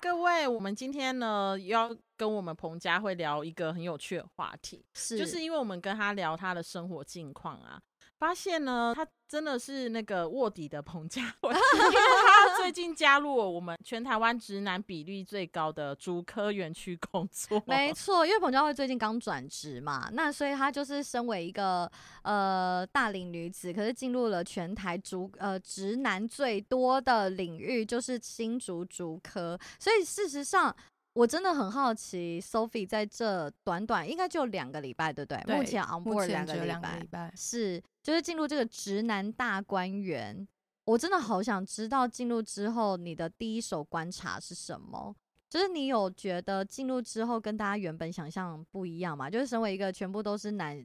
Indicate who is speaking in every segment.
Speaker 1: 各位，我们今天呢要跟我们彭佳慧聊一个很有趣的话题，
Speaker 2: 是
Speaker 1: 就是因为我们跟她聊她的生活近况啊，发现呢她真的是那个卧底的彭佳慧， 因为她最近加入了我们全台湾直男比率最高的竹科园区工作，
Speaker 2: 没
Speaker 3: 哦
Speaker 2: 错，因为彭佳慧最近刚转职嘛，那所以她就是身为一个呃大龄女子，可是进入了全台竹呃直男最多的领域，就是新竹竹科。所以事实上，我真的很好奇，Sophie 在这短短应该就两个礼拜，对不对？
Speaker 3: 对
Speaker 2: 目前 on
Speaker 3: 目
Speaker 2: board
Speaker 3: 前
Speaker 2: 两
Speaker 3: 只
Speaker 2: 个
Speaker 3: 有
Speaker 2: 礼
Speaker 3: 两个
Speaker 2: 拜
Speaker 3: 礼，拜，
Speaker 2: 是就是进入这个直男大观园。我真的好想知道进入之后你的第一手观察是什么。就是你有觉得进入之后跟大家原本想象不一样吗？就是身为一个全部都是男，呃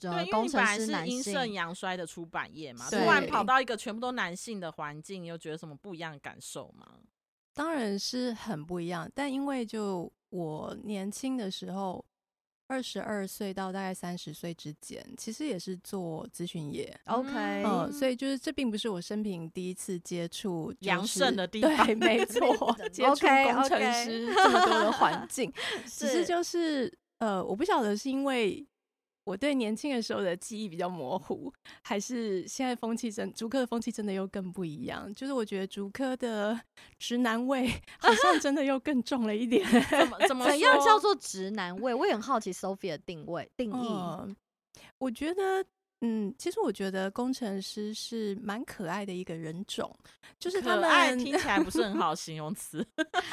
Speaker 1: 对，，因为
Speaker 2: 工
Speaker 1: 你本
Speaker 2: 程
Speaker 1: 来
Speaker 2: 师
Speaker 1: 是
Speaker 2: 男
Speaker 1: 阴盛
Speaker 2: 性，
Speaker 1: 阳衰的出版业嘛，突
Speaker 3: 对
Speaker 1: 然跑到一个全部都男性的环境，你有觉得什么不一样的感受 吗？
Speaker 3: 当然是很不一样。但因为就我年轻的时候，二十二岁到大概三十岁之间，其实也是做咨询业。
Speaker 2: OK，
Speaker 1: 嗯
Speaker 3: 嗯，所以就是这并不是我生平第一次接触就是
Speaker 1: 阳盛的地方
Speaker 3: 对，没错接触工
Speaker 2: OK，OK
Speaker 3: 程师这么多的环境，只是
Speaker 2: 是
Speaker 3: 就是呃，我不晓得是因为我对年轻的时候的记忆比较模糊，还是现在风气真竹科的风气真的又更不一样。就是我觉得竹科的直男味 好像真的又更重了一点。
Speaker 1: 怎么怎么
Speaker 2: 怎样
Speaker 1: 说
Speaker 2: 叫做直男味？我也很好奇 Sophie 的定位定义。
Speaker 3: 嗯，我觉得。嗯，其实我觉得工程师是蛮可爱的一个人种，就是他
Speaker 1: 可
Speaker 3: 们
Speaker 1: 爱听起来不是很好的形容词，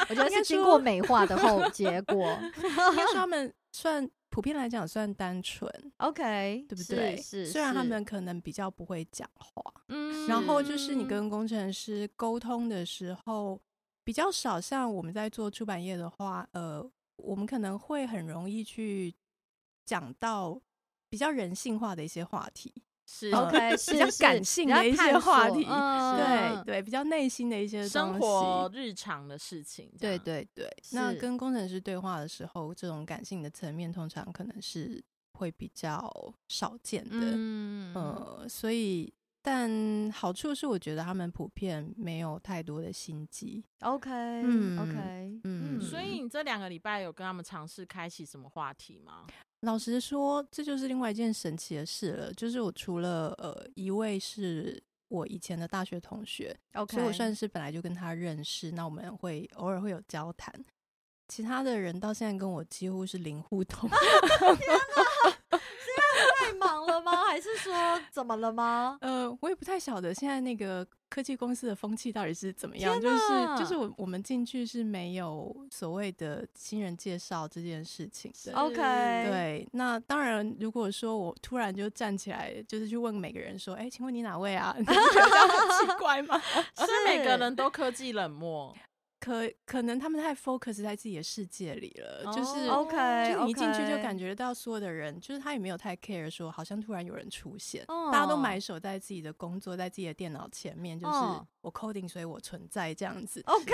Speaker 2: 我觉得
Speaker 3: 应
Speaker 2: 是
Speaker 3: 该
Speaker 2: 经
Speaker 3: 说
Speaker 2: 过美化的后结 果。
Speaker 3: 应该说他们算普遍来讲算单纯，
Speaker 2: OK，
Speaker 3: 对不对？
Speaker 2: 是，是
Speaker 3: 虽然他
Speaker 2: 是
Speaker 3: 们可能比较不会讲话，
Speaker 2: 嗯
Speaker 3: 然后就是你跟工程师沟通的时候比较少，像我们在做出版业的话，呃，我们可能会很容易去讲到比较人性化的一些话题，
Speaker 1: 是
Speaker 2: OK 是
Speaker 3: 比较
Speaker 2: 是
Speaker 3: 感性
Speaker 2: 比较
Speaker 3: 的一
Speaker 2: 探
Speaker 3: 些话
Speaker 2: 索
Speaker 3: 题
Speaker 2: 嗯
Speaker 3: 对对，比较内心的一些
Speaker 1: 生
Speaker 3: 东
Speaker 1: 活
Speaker 3: 西。
Speaker 1: 日常的事情这
Speaker 3: 对
Speaker 1: 样。
Speaker 3: 对对，那
Speaker 2: 是
Speaker 3: 跟工程师对话的时候，这种感性的层面通常可能是会比较少见的。
Speaker 2: 嗯
Speaker 3: 呃，所以但好处是，我觉得他们普遍没有太多的心机。
Speaker 2: OK，
Speaker 3: 嗯
Speaker 2: OK，
Speaker 3: 嗯
Speaker 1: 所以你这两个礼拜有跟他们尝试开启什么话题吗？
Speaker 3: 老实说，这就是另外一件神奇的事了。就是我除了呃一位是我以前的大学同学，
Speaker 2: OK，
Speaker 3: 所以我算是本来就跟他认识，那我们会偶尔会有交谈。其他的人到现在跟我几乎是零互动，
Speaker 2: 太忙了吗？还是说怎么了 吗？
Speaker 3: 呃，我也不太晓得现在那个科技公司的风气到底是怎么样，
Speaker 2: 天
Speaker 3: 就是
Speaker 2: 哪
Speaker 3: 就是我我们进去是没有所谓的新人介绍这件事情的。
Speaker 2: 哦 OK
Speaker 3: 嗯对，那当然，如果说我突然就站起来，就是去问每个人说：“哎、请问你哪位啊？” 你不觉得这样很奇怪 吗？
Speaker 1: 是每个人都科技冷漠，
Speaker 3: 可可能他们太 focus 在自己的世界里了，就是。
Speaker 1: 哦
Speaker 2: OK，
Speaker 3: 就是你一进去就
Speaker 2: OK
Speaker 3: 感觉到所有的人就是他也没有太 care，说好像突然有人出现，
Speaker 2: 哦
Speaker 3: 大家都埋首在自己的工作，在自己的电脑前面，就是
Speaker 2: 哦
Speaker 3: 我 coding，所以我存在这样子。
Speaker 2: OK，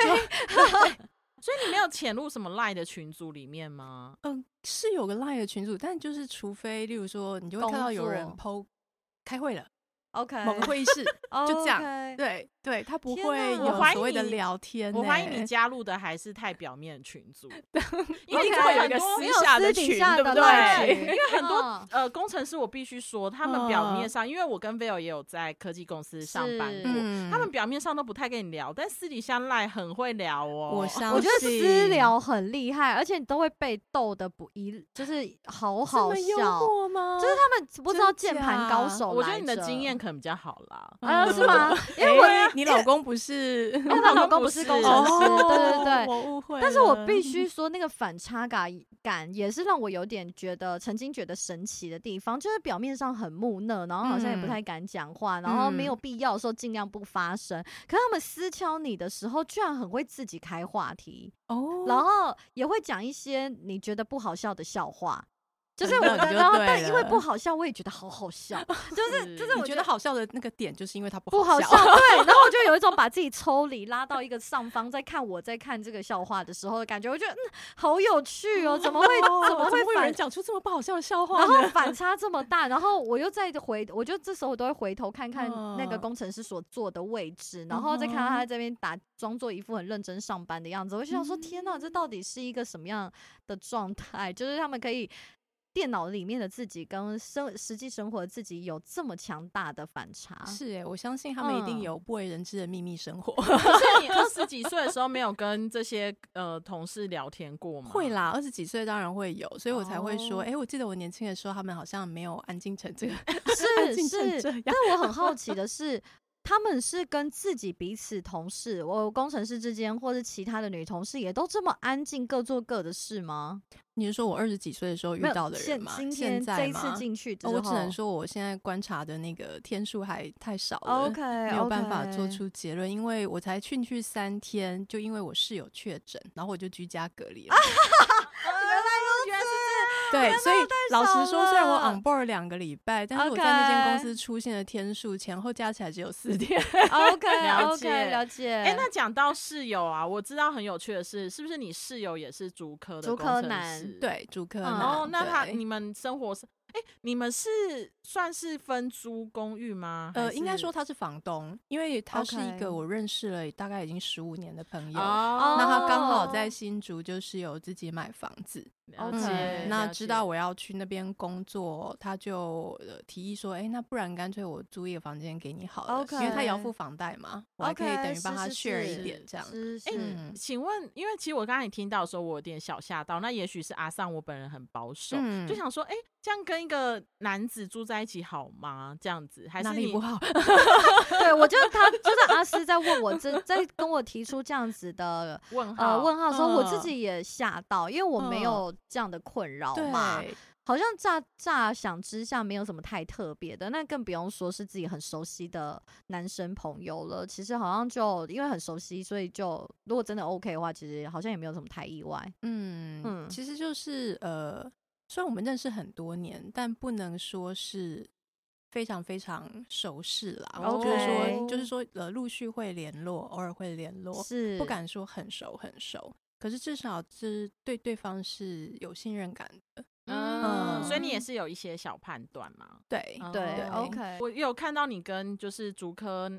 Speaker 1: 所以你没有潜入什么赖的群组里面吗？
Speaker 3: 嗯，是有个 line 的群组，但就是除非例如说，你就会看到有人
Speaker 2: 工
Speaker 3: PO 开会了，
Speaker 2: OK，
Speaker 3: 某个会议 室，就这样
Speaker 2: OK
Speaker 3: 对对，他不
Speaker 2: 天
Speaker 3: 会
Speaker 2: 哪
Speaker 1: 我
Speaker 3: 有
Speaker 1: 怀疑
Speaker 3: 所谓的
Speaker 1: 你
Speaker 3: 聊天欸、
Speaker 1: 我怀疑你加入的还是太表面的群 组，因
Speaker 3: 一
Speaker 1: 为
Speaker 3: 定
Speaker 1: 你
Speaker 3: 会有一
Speaker 1: 很
Speaker 3: 个
Speaker 1: 多
Speaker 3: 私
Speaker 2: 没有
Speaker 3: 下的
Speaker 2: 私底
Speaker 3: 群，
Speaker 2: 下
Speaker 3: 对
Speaker 2: 的
Speaker 3: 不
Speaker 2: 赖
Speaker 3: 对
Speaker 2: 群？
Speaker 1: 因为很多
Speaker 2: 嗯
Speaker 1: 呃工程师，我必须说，他们表面上，因为我跟 Vale 也有在科技公司上班
Speaker 2: 是
Speaker 1: 过，
Speaker 3: 嗯
Speaker 1: 他们表面上都不太跟你聊，但私底下赖很会聊哦。
Speaker 3: 我相信，
Speaker 2: 我觉得私聊很厉害，而且你都会被逗的不一，就是好
Speaker 3: 这
Speaker 2: 好
Speaker 3: 么幽
Speaker 2: 笑。哦
Speaker 3: 默吗？
Speaker 2: 就是他们不知道键
Speaker 3: 真
Speaker 2: 盘
Speaker 3: 假
Speaker 2: 高手，
Speaker 1: 我觉得你的经验。可能比较好 啦。
Speaker 2: 啊，
Speaker 3: 嗯
Speaker 2: 是吗？啊因为
Speaker 3: 哎
Speaker 2: 我
Speaker 3: 你老公不 是
Speaker 2: 因为她老 公不是工程师，
Speaker 3: 哦
Speaker 2: 对对对，
Speaker 3: 我误会了。
Speaker 2: 但是我
Speaker 3: 嗯
Speaker 2: 必须说，那个反差感感也是让我有点觉得曾经觉得神奇的地方，就是表面上很木讷，然后好像也不
Speaker 3: 嗯
Speaker 2: 太敢讲话，然后没有
Speaker 3: 嗯
Speaker 2: 必要的时候尽量不发声。可他们私敲你的时候，居然很会自己开话题，
Speaker 3: 哦，
Speaker 2: 然后也会讲一些你觉得不好笑的笑话。就是
Speaker 3: 等
Speaker 2: 我
Speaker 3: 等
Speaker 2: 刚
Speaker 3: 就
Speaker 2: 刚
Speaker 3: 对
Speaker 2: 但因为
Speaker 3: 了
Speaker 2: 不好笑，我也觉得好好笑，就
Speaker 1: 是
Speaker 2: 是就是
Speaker 3: 你
Speaker 2: 我
Speaker 3: 觉得好笑的那个点，就是因为它不
Speaker 2: 不好
Speaker 3: 笑。
Speaker 2: 笑，对，然后我就有一种把自己抽离，拉到一个上方，在看我在看这个笑话的时候的感觉，我觉得嗯，好有趣哦，怎么会
Speaker 3: 哦
Speaker 2: 怎么
Speaker 3: 会
Speaker 2: 会
Speaker 3: 有
Speaker 2: 反
Speaker 3: 人讲出这么不好笑的笑话
Speaker 2: 然
Speaker 3: 呢？
Speaker 2: 后反差这么大，然后我又再回，我就这时候我都会回头看看那个
Speaker 3: 嗯
Speaker 2: 工程师所坐的位置，然后再看到他这边打，装作一副很认真上班的样子，我就想
Speaker 3: 嗯
Speaker 2: 说，天呐，这到底是一个什么样的状态？ 就是他们可以。电脑里面的自己跟生实际生活的自己有这么强大的反差，
Speaker 3: 是哎、我相信他们一定
Speaker 2: 嗯
Speaker 3: 有不为人知的秘密生活。
Speaker 1: 可是你二十几岁的时候没有跟这些呃同事聊天过吗？
Speaker 3: 会啦，二十几岁当然会有，所以我才会说，
Speaker 2: 哦
Speaker 3: 哎、我记得我年轻的时候，他们好像没有安静成这个 安
Speaker 2: 是
Speaker 3: 静成
Speaker 2: 是
Speaker 3: 这，样
Speaker 2: 但 我很好奇的是，他们是跟自己彼此同事，我工程师之间，或是其他的女同事，也都这么安静，各做各的事吗？
Speaker 3: 你是说我二十几岁的时候遇
Speaker 2: 没有
Speaker 3: 到的人
Speaker 2: 现
Speaker 3: 吗？
Speaker 2: 今
Speaker 3: 现
Speaker 2: 天
Speaker 3: 在
Speaker 2: 这一次
Speaker 3: 吗
Speaker 2: 进去之
Speaker 3: 哦
Speaker 2: 后，
Speaker 3: 我只能说，我现在观察的那个天数还太少了
Speaker 2: 哦 OK，
Speaker 3: 没有办法做。出结论，因为我才进去三天，就因为我室友确诊，然后我就居家隔离了。
Speaker 1: 原来是
Speaker 3: 对，所以老
Speaker 2: 少
Speaker 3: 实说，虽然我
Speaker 2: 了
Speaker 3: on board 两个礼拜，但是我在那间
Speaker 2: OK
Speaker 3: 公司出现的天数前后加起来只有四天。
Speaker 2: OK
Speaker 1: 了
Speaker 2: OK，
Speaker 1: 解
Speaker 2: 了解。
Speaker 1: 哎、那讲到室友啊，我知道很有趣的是，是不是你室友也是竹科的
Speaker 2: 竹
Speaker 1: 工
Speaker 2: 科
Speaker 1: 程
Speaker 2: 男
Speaker 1: 师？
Speaker 3: 对，主科
Speaker 2: 嗯
Speaker 3: 男。
Speaker 1: 哦，那他
Speaker 3: 对
Speaker 1: 你们生活是哎、你们是算是分租公寓吗？还
Speaker 3: 呃，应该
Speaker 1: 是
Speaker 3: 说他是房东，因为他是一
Speaker 2: OK
Speaker 3: 个我认识了大概已经十五年的朋友。
Speaker 1: 哦，
Speaker 3: 那他刚好
Speaker 2: 哦
Speaker 3: 在新竹，就是有自己买房子，
Speaker 1: 了
Speaker 2: 嗯
Speaker 1: 解，
Speaker 3: 那
Speaker 1: 了
Speaker 3: 知
Speaker 1: 解
Speaker 3: 道我要去那边工作，他就、呃提议说，哎、那不然干脆我租一个房间给你好了因为他也要
Speaker 2: OK
Speaker 3: 付房贷嘛，我还可以
Speaker 2: OK，
Speaker 3: 等于帮
Speaker 2: 是
Speaker 3: 他
Speaker 2: 是
Speaker 3: share
Speaker 2: 是
Speaker 3: 一点这样。
Speaker 2: 是是
Speaker 1: 哎、
Speaker 3: 嗯
Speaker 1: 请问，因为其实我刚才你听到的时候，我有点小吓到。那也许是阿尚，我本人很保守，
Speaker 3: 嗯
Speaker 1: 就想说，哎、这样跟一个男子住在一起好吗？这样子还是
Speaker 3: 哪
Speaker 1: 你
Speaker 3: 里不好？
Speaker 2: 对我就是 他，就是阿斯在问我这，在跟我提出这样子的
Speaker 1: 问号？
Speaker 2: 呃问号的时候，我自
Speaker 3: 嗯
Speaker 2: 己也吓到，因为我没
Speaker 1: 嗯
Speaker 2: 有这样的困扰 嘛。
Speaker 3: 对，
Speaker 2: 好像乍乍想之下没有什么太特别的，那更不用说是自己很熟悉的男生朋友了。其实好像就因为很熟悉，所以就如果真的 OK 的话，其实好像也没有什么太意外。
Speaker 3: 嗯
Speaker 2: 嗯
Speaker 3: 其实就是呃，虽然我们认识很多年，但不能说是非常非常熟识啦。我就是说，就是
Speaker 1: OK
Speaker 3: 说呃，陆续会联络，偶尔会联络，
Speaker 2: 哦是
Speaker 3: 不敢说很熟很熟，可是至少是对对方是有信任感的。
Speaker 1: 嗯，
Speaker 3: 嗯
Speaker 1: 所以你也是有一些小判断嘛？
Speaker 3: 对，
Speaker 1: 哦
Speaker 2: 对
Speaker 3: 对
Speaker 2: OK
Speaker 1: 我有看到你跟就是竹科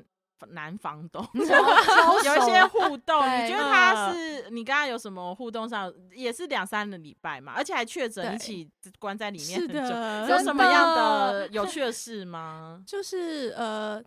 Speaker 1: 男房 东
Speaker 2: 交
Speaker 1: 有一些
Speaker 2: 手
Speaker 1: 互动，你
Speaker 2: 对
Speaker 1: 觉得
Speaker 3: 嗯
Speaker 1: 他是你跟他有什么互动上？也是两三个礼拜嘛，而且还确诊
Speaker 3: 对
Speaker 1: 一起关在里面很
Speaker 3: 是
Speaker 1: 久，
Speaker 3: 的，
Speaker 1: 有
Speaker 2: 真
Speaker 1: 什么样
Speaker 2: 的
Speaker 1: 的有趣的事吗？
Speaker 3: 就是呃，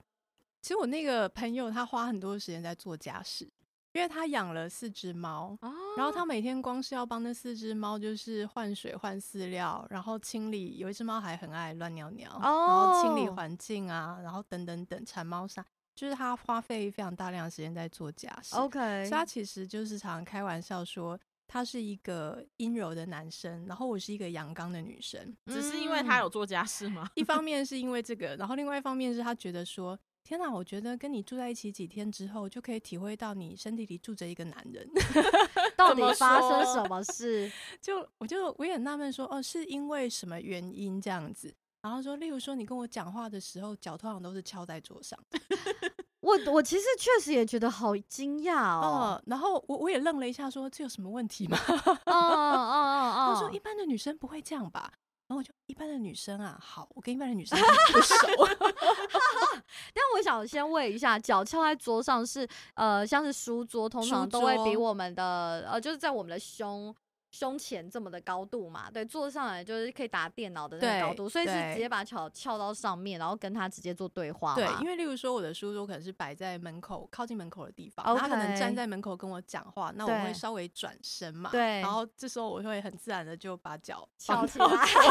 Speaker 3: 其实我那个朋友他花很多时间在做家事，因为他养了四只猫，
Speaker 1: 哦，
Speaker 3: 然后他每天光是要帮那四只猫就是换水、换饲料，然后清理，有一只猫还很爱乱尿尿，然后清理
Speaker 2: 哦
Speaker 3: 环境啊，然后等等等铲猫砂，就是他花费非常大量的时间在做家事。所
Speaker 2: OK，
Speaker 3: 以他其实就是常常开玩笑说，他是一个阴柔的男生，然后我是一个阳刚的女生。
Speaker 1: 只是因为他有做家事吗？
Speaker 3: 一方面是因为这个，然后另外一方面是他觉得说，天哪，我觉得跟你住在一起几天之后，就可以体会到你身体里住着一个男人。
Speaker 2: 到
Speaker 1: 怎
Speaker 2: 底
Speaker 1: 么
Speaker 2: 发生
Speaker 1: 说
Speaker 2: 什么事？
Speaker 3: 就我就我也很纳闷说，哦，是因为什么原因这样子？然后说，例如说你跟我讲话的时候，脚通常都是敲在桌上。
Speaker 2: 我我其实确实也觉得好惊讶哦，
Speaker 3: 哦，然后我我也愣了一下说这有什么问题吗？
Speaker 2: 嗯嗯
Speaker 3: 他
Speaker 2: 嗯
Speaker 3: 说
Speaker 2: 嗯
Speaker 3: 一，般的女生不会这样吧？然后我就一般的女生啊，好，我跟一般的女生 不熟。
Speaker 2: 但我想先问一下，脚翘在桌上是呃，像是书桌，通
Speaker 3: 书
Speaker 2: 常都会比
Speaker 3: 桌
Speaker 2: 我们的呃，就是在我们的胸胸前这么的高度嘛，对，坐上来就是可以打电脑的那个高
Speaker 3: 对
Speaker 2: 度，所以是
Speaker 3: 对
Speaker 2: 直接把脚翘到上面，然后跟他直接做对话
Speaker 3: 对
Speaker 2: 嘛，
Speaker 3: 因为例如说我的书桌可能是摆在门口靠近门口的地方，
Speaker 2: OK
Speaker 3: 那他可能站在门口跟我讲话，那我
Speaker 2: 对
Speaker 3: 会稍微转身嘛，
Speaker 2: 对
Speaker 3: 然后这时候我会很自然的就把脚
Speaker 2: 翘
Speaker 3: 放
Speaker 2: 起
Speaker 3: 到
Speaker 2: 来。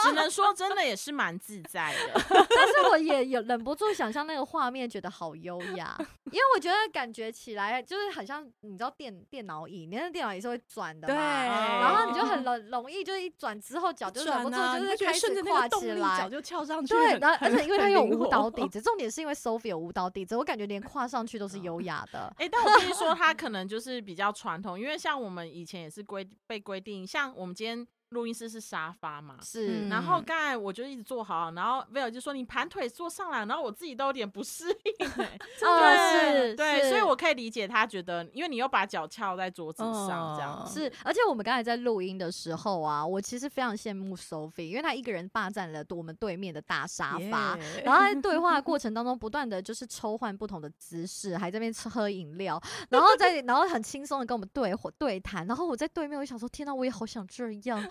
Speaker 1: 只能说真的也是蛮自在的。
Speaker 2: 但是我也有忍不住想象那个画面，觉得好优雅，因为我觉得感觉起来就是很像你知道电电脑椅，你那电脑椅是会转的
Speaker 3: 对，
Speaker 2: 嘛，然
Speaker 1: 然
Speaker 2: 后你就很容容易就是一转之后脚就忍不住
Speaker 3: 哦转啊
Speaker 2: 就
Speaker 3: 你
Speaker 2: 是
Speaker 3: 会觉得
Speaker 2: 开
Speaker 3: 顺
Speaker 2: 始
Speaker 3: 着那
Speaker 2: 跨
Speaker 3: 个动
Speaker 2: 起
Speaker 3: 力
Speaker 2: 来
Speaker 3: 脚。就翘上去很，
Speaker 2: 对，然后而且因为它
Speaker 3: 他
Speaker 2: 有舞蹈底子，重点是因为 Sophie 有舞蹈底子，我感觉连跨上去都
Speaker 3: 嗯
Speaker 2: 是优雅的。
Speaker 1: 哎、但我必须说，他可能就是比较传统，因为像我们以前也是规被规定，像我们今天录音室是沙发嘛，
Speaker 2: 是
Speaker 3: 嗯
Speaker 1: 然后刚才我就一直坐好，然后 Vel 就说你盘腿坐上来，然后我自己都有点不适 应、欸，
Speaker 2: 呃是
Speaker 1: 对，
Speaker 2: 是
Speaker 1: 所以我可以理解他觉得，因为你又把脚翘在桌子上这样
Speaker 3: 哦
Speaker 1: 子，
Speaker 2: 是，而且我们刚才在录音的时候啊，我其实非常羡慕 Sophie，因为她一个人霸占了我们对面的大沙发。
Speaker 3: 耶
Speaker 2: 然后在对话的过程当中，不断的就是抽换不同的姿势，还在那边喝饮料，然后再然后很轻松的跟我们对对谈，然后我在对面我就想说，天呐，我也好想这样，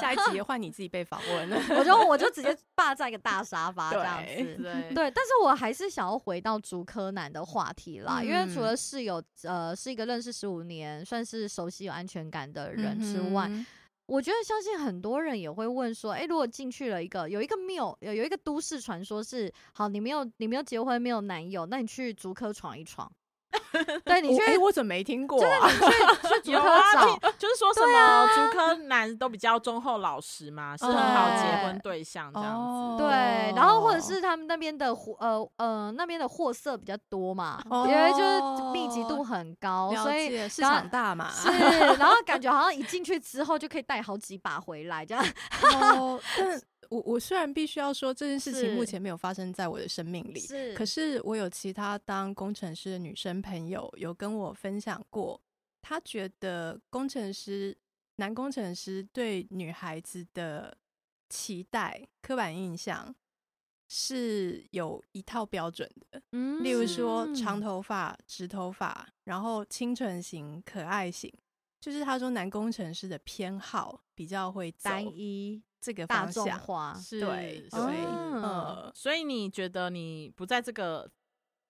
Speaker 3: 下一集 也换你自己被访问 了。
Speaker 2: 我就我就直接霸占一个大沙发这样
Speaker 3: 对
Speaker 2: 子。
Speaker 1: 对
Speaker 2: 对，但是我还是想要回到竹柯南的话题啦，因为除
Speaker 3: 嗯
Speaker 2: 了室友呃是一个认识十五年，算是熟悉有安全感的人之外，
Speaker 3: 嗯
Speaker 2: 我觉得相信很多人也会问说，诶，如果进去了一个有一个没有有有一个都市传说是，好，你没有你没有结婚没有男友，那你去竹科闯一闯，对
Speaker 3: 哼，
Speaker 2: 你
Speaker 3: 我
Speaker 2: 去
Speaker 3: 哎，我怎么没听过
Speaker 2: 就
Speaker 3: 啊？
Speaker 2: 是你去去竹
Speaker 1: 有
Speaker 2: 科
Speaker 1: 啊，
Speaker 2: 找。
Speaker 1: 听 就是说什么竹科男都比较忠厚老实嘛，是很好结婚对象这样子。
Speaker 3: 哦
Speaker 2: 对，然后或者是他们那边的货，呃呃，那边的货色比较多嘛，因为就是密集度很高，
Speaker 3: 哦了
Speaker 2: 所以
Speaker 3: 解市
Speaker 2: 刚
Speaker 3: 场大嘛，
Speaker 2: 是，然后感觉好像一进去之后就可以带好几把回来，这样
Speaker 3: 哦， 但我我虽然必须要说这件事
Speaker 2: 是
Speaker 3: 情目前没有发生在我的生命里，
Speaker 2: 是
Speaker 3: 可是我有其他当工程师的女生朋友有跟我分享过，她觉得工程师男工程师对女孩子的期待刻板印象是有一套标准的，
Speaker 2: 嗯
Speaker 3: 例如说长头发、直头发，然后清纯型、可爱型。就是他说，男工程师的偏好比较会走
Speaker 2: 单一
Speaker 3: 这个
Speaker 2: 大
Speaker 3: 方
Speaker 2: 众
Speaker 3: 向。
Speaker 2: 化，
Speaker 1: 是
Speaker 3: 对
Speaker 1: 所
Speaker 3: 所
Speaker 1: 以
Speaker 3: 以、
Speaker 2: 嗯
Speaker 3: 呃，
Speaker 1: 所以你觉得你不在这个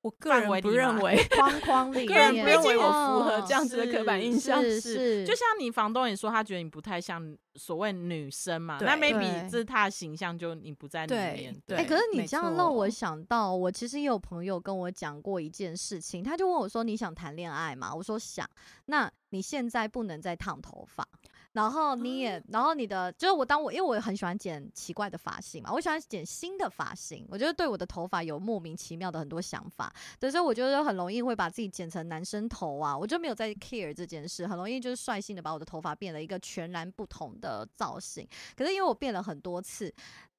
Speaker 3: 我个
Speaker 1: 范
Speaker 3: 人
Speaker 1: 围
Speaker 3: 不
Speaker 1: 里
Speaker 3: 认
Speaker 1: 吗
Speaker 3: 为，
Speaker 2: 框框里
Speaker 3: 个人
Speaker 2: 面
Speaker 3: 不认为我符合
Speaker 2: 嗯
Speaker 3: 这样子的刻板印象。
Speaker 2: 是是，
Speaker 1: 就像你房东也说，他觉得你不太像所谓女生嘛，
Speaker 3: 对
Speaker 1: 那 maybe
Speaker 2: 对
Speaker 1: 这是他的形象，就你不在里
Speaker 3: 对
Speaker 1: 面。
Speaker 3: 对
Speaker 2: 哎、可是你
Speaker 3: 没
Speaker 2: 这样让我
Speaker 3: 错
Speaker 2: 想到，我其实也有朋友跟我讲过一件事情，他就问我说：“你想谈恋爱吗？”我说：“想。”那你现在不能再烫头发，然后你
Speaker 3: 啊
Speaker 2: 也，然后你的，就是我当我因为我很喜欢剪奇怪的发型嘛，我喜欢剪新的发型，我觉得对我的头发有莫名其妙的很多想法，对，所以我觉得很容易会把自己剪成男生头啊，我就没有在 care 这件事，很容易就是率性的把我的头发变了一个全然不同的造型。可是因为我变了很多次，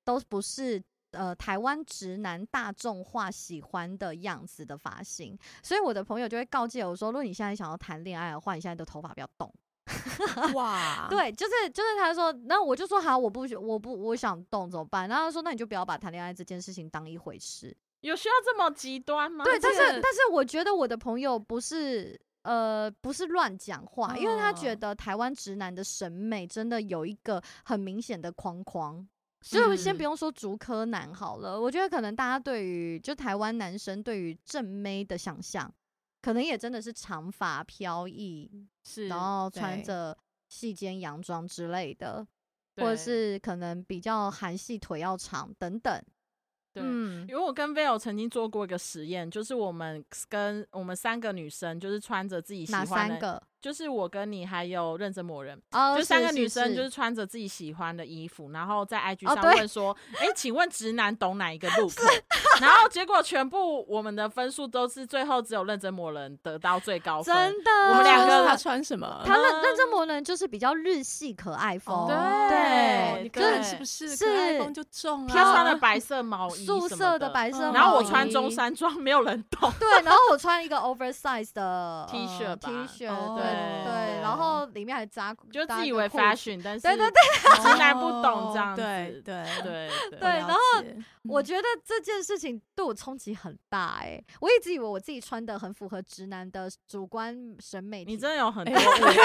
Speaker 2: 都不是。呃，台湾直男大众化喜欢的样子的发型，所以我的朋友就会告诫我说，如果你现在想要谈恋爱的话，你现在的头发不要动。啊
Speaker 3: 哇，
Speaker 2: 对，就是就是他说，那我就说好，我不我不我想动怎么办？然后他说，那你就不要把谈恋爱这件事情当一回事。
Speaker 1: 有需要这么极端吗？
Speaker 2: 对，
Speaker 3: 这
Speaker 2: 但是
Speaker 3: 个
Speaker 2: 但是我觉得我的朋友不是呃不是乱讲话，因为他觉
Speaker 3: 哦
Speaker 1: 嗯
Speaker 2: 得台湾直男的审美真的有一个很明显的框框。就是先
Speaker 1: 嗯
Speaker 2: 不用说竹科男好了，我觉得可能大家对于就台湾男生对于正妹的想象，可能也真的是长发飘逸，
Speaker 1: 是
Speaker 2: 然后穿
Speaker 3: 对
Speaker 2: 着细肩洋装之类的，
Speaker 1: 对
Speaker 2: 或者是可能比较韩系腿要长等等。
Speaker 1: 对
Speaker 2: 嗯，
Speaker 1: 因为我跟 Vale 曾经做过一个实验，就是我们跟我们三个女生，就是穿着自己喜
Speaker 2: 哪
Speaker 1: 欢
Speaker 2: 三
Speaker 1: 的，
Speaker 2: 个？
Speaker 1: 就是我跟你还有认真某人，
Speaker 2: 哦，
Speaker 1: 就三个
Speaker 2: 是
Speaker 1: 女生就是
Speaker 2: 是
Speaker 1: 穿着自己喜欢的衣服，然后在 IG
Speaker 2: 哦
Speaker 1: 上
Speaker 2: 对
Speaker 1: 问说：“哎、请问直男懂哪一 个 look？” 然后结果全部我们的分数都是最后只有认真某人得到最高分，
Speaker 2: 真的，嗯
Speaker 1: 我们两个
Speaker 3: 他穿什么？
Speaker 2: 他认认真磨人就是比较日系可爱风，
Speaker 1: 对
Speaker 3: 哦你
Speaker 1: 对
Speaker 3: 个人是不是
Speaker 2: 是
Speaker 3: 可爱风就中啊？
Speaker 1: 他穿了白色毛衣，
Speaker 2: 素色
Speaker 1: 的
Speaker 2: 白色毛
Speaker 3: 嗯
Speaker 2: 衣，
Speaker 1: 然后我穿中 山装，没有人懂。
Speaker 2: 对，然后我穿一个 oversize 的呃
Speaker 1: T 恤吧
Speaker 2: T 恤，
Speaker 3: 哦
Speaker 2: 对对，
Speaker 1: 对
Speaker 2: 然后里面还扎，
Speaker 1: 就
Speaker 2: 搭
Speaker 1: 自
Speaker 2: 一
Speaker 1: 以
Speaker 2: 个
Speaker 1: 为
Speaker 2: 裤子
Speaker 1: fashion，但是
Speaker 2: 对对
Speaker 1: 对直男
Speaker 3: 哦
Speaker 1: 不懂这样子，
Speaker 3: 对对
Speaker 1: 对对
Speaker 2: 对然
Speaker 3: 后
Speaker 2: 我觉得这件事情对我冲击很大哎、我一直以为我自己穿的很符合直男的主观审美体，
Speaker 1: 你真的有很多
Speaker 3: 哎
Speaker 1: 误 会。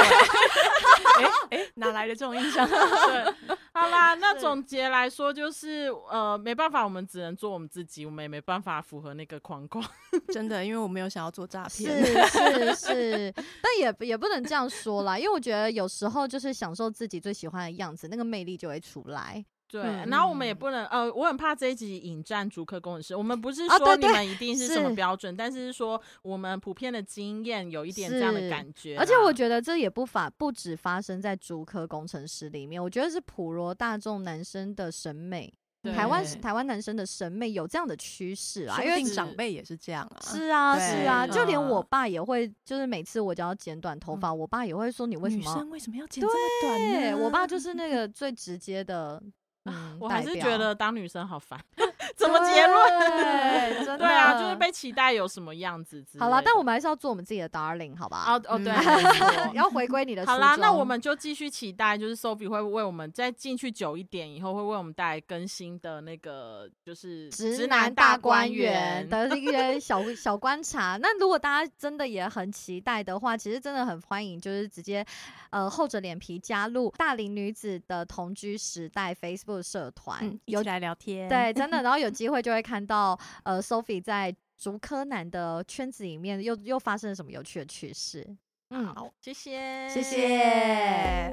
Speaker 3: 哎哎，哪来的这种印象？
Speaker 1: 对，好 啦，那
Speaker 2: 是
Speaker 1: 总结来说就是，呃，没办法，我们只能做我们自己，我们也没办法符合那个框框。
Speaker 3: 真的，因为我没有想要做 诈
Speaker 2: 是
Speaker 3: 骗，
Speaker 2: 是是，但也也不能这样说啦，因为我觉得有时候就是享受自己最喜欢的样子，那个魅力就会出来。
Speaker 1: 对，
Speaker 2: 嗯
Speaker 1: 然后我们也不能，呃，我很怕这一集引战逐客工程师。我们不是
Speaker 2: 啊
Speaker 1: 说
Speaker 2: 对
Speaker 1: 你
Speaker 2: 对
Speaker 1: 们一定是什么
Speaker 2: 是
Speaker 1: 标准，但是是说我们普遍的经验有一点这样的
Speaker 2: 是
Speaker 1: 感觉啦。
Speaker 2: 而且我觉得这也不法不只发生在竹科工程师里面，我觉得是普罗大众男生的审美
Speaker 3: 对
Speaker 2: 台湾台湾男生的审美有这样的趋势啊，
Speaker 3: 说
Speaker 2: 因
Speaker 3: 不
Speaker 2: 为
Speaker 3: 定
Speaker 1: 是
Speaker 3: 长辈也是这样啊。
Speaker 2: 是啊
Speaker 3: 对
Speaker 2: 是啊，就连
Speaker 1: 嗯
Speaker 2: 我爸也会，就是每次我只要剪短头发，我爸也会说你为什
Speaker 3: 女
Speaker 2: 么
Speaker 3: 生为什么要剪这么短
Speaker 2: 对
Speaker 3: 呢？
Speaker 2: 我爸就是那个最直 接的，嗯，
Speaker 1: 啊我还
Speaker 2: 代
Speaker 1: 是
Speaker 2: 表
Speaker 1: 觉得当女生好 烦。怎么结论？
Speaker 2: 对 真
Speaker 1: 对啊，
Speaker 2: 的
Speaker 1: 就是被期待有什么样子之类的。
Speaker 2: 好啦，但我们还是要做我们自己的 darling，好吧？
Speaker 1: 哦哦对，
Speaker 3: 嗯
Speaker 1: 没错
Speaker 2: 要回归你的初 衷。
Speaker 1: 好啦，那我们就继续期待，就是 Sophie 会为我们再进去久一点以后，会为我们带来更新的那个就是
Speaker 2: 直
Speaker 1: 男
Speaker 2: 男大
Speaker 1: 观
Speaker 2: 观园的一些小 小观察。那如果大家真的也很期待的话，其实真的很欢迎，就是直接呃厚着脸皮加入大龄女子的同居时代 Facebook 社团，
Speaker 3: 嗯，一
Speaker 2: 有
Speaker 3: 起来聊天。
Speaker 2: 对，真的，然后 有机会就会看到呃 Sophie 在竹柯南的圈子里面又又发生了什么有趣的趣事。嗯，
Speaker 1: 谢谢，
Speaker 2: 谢谢。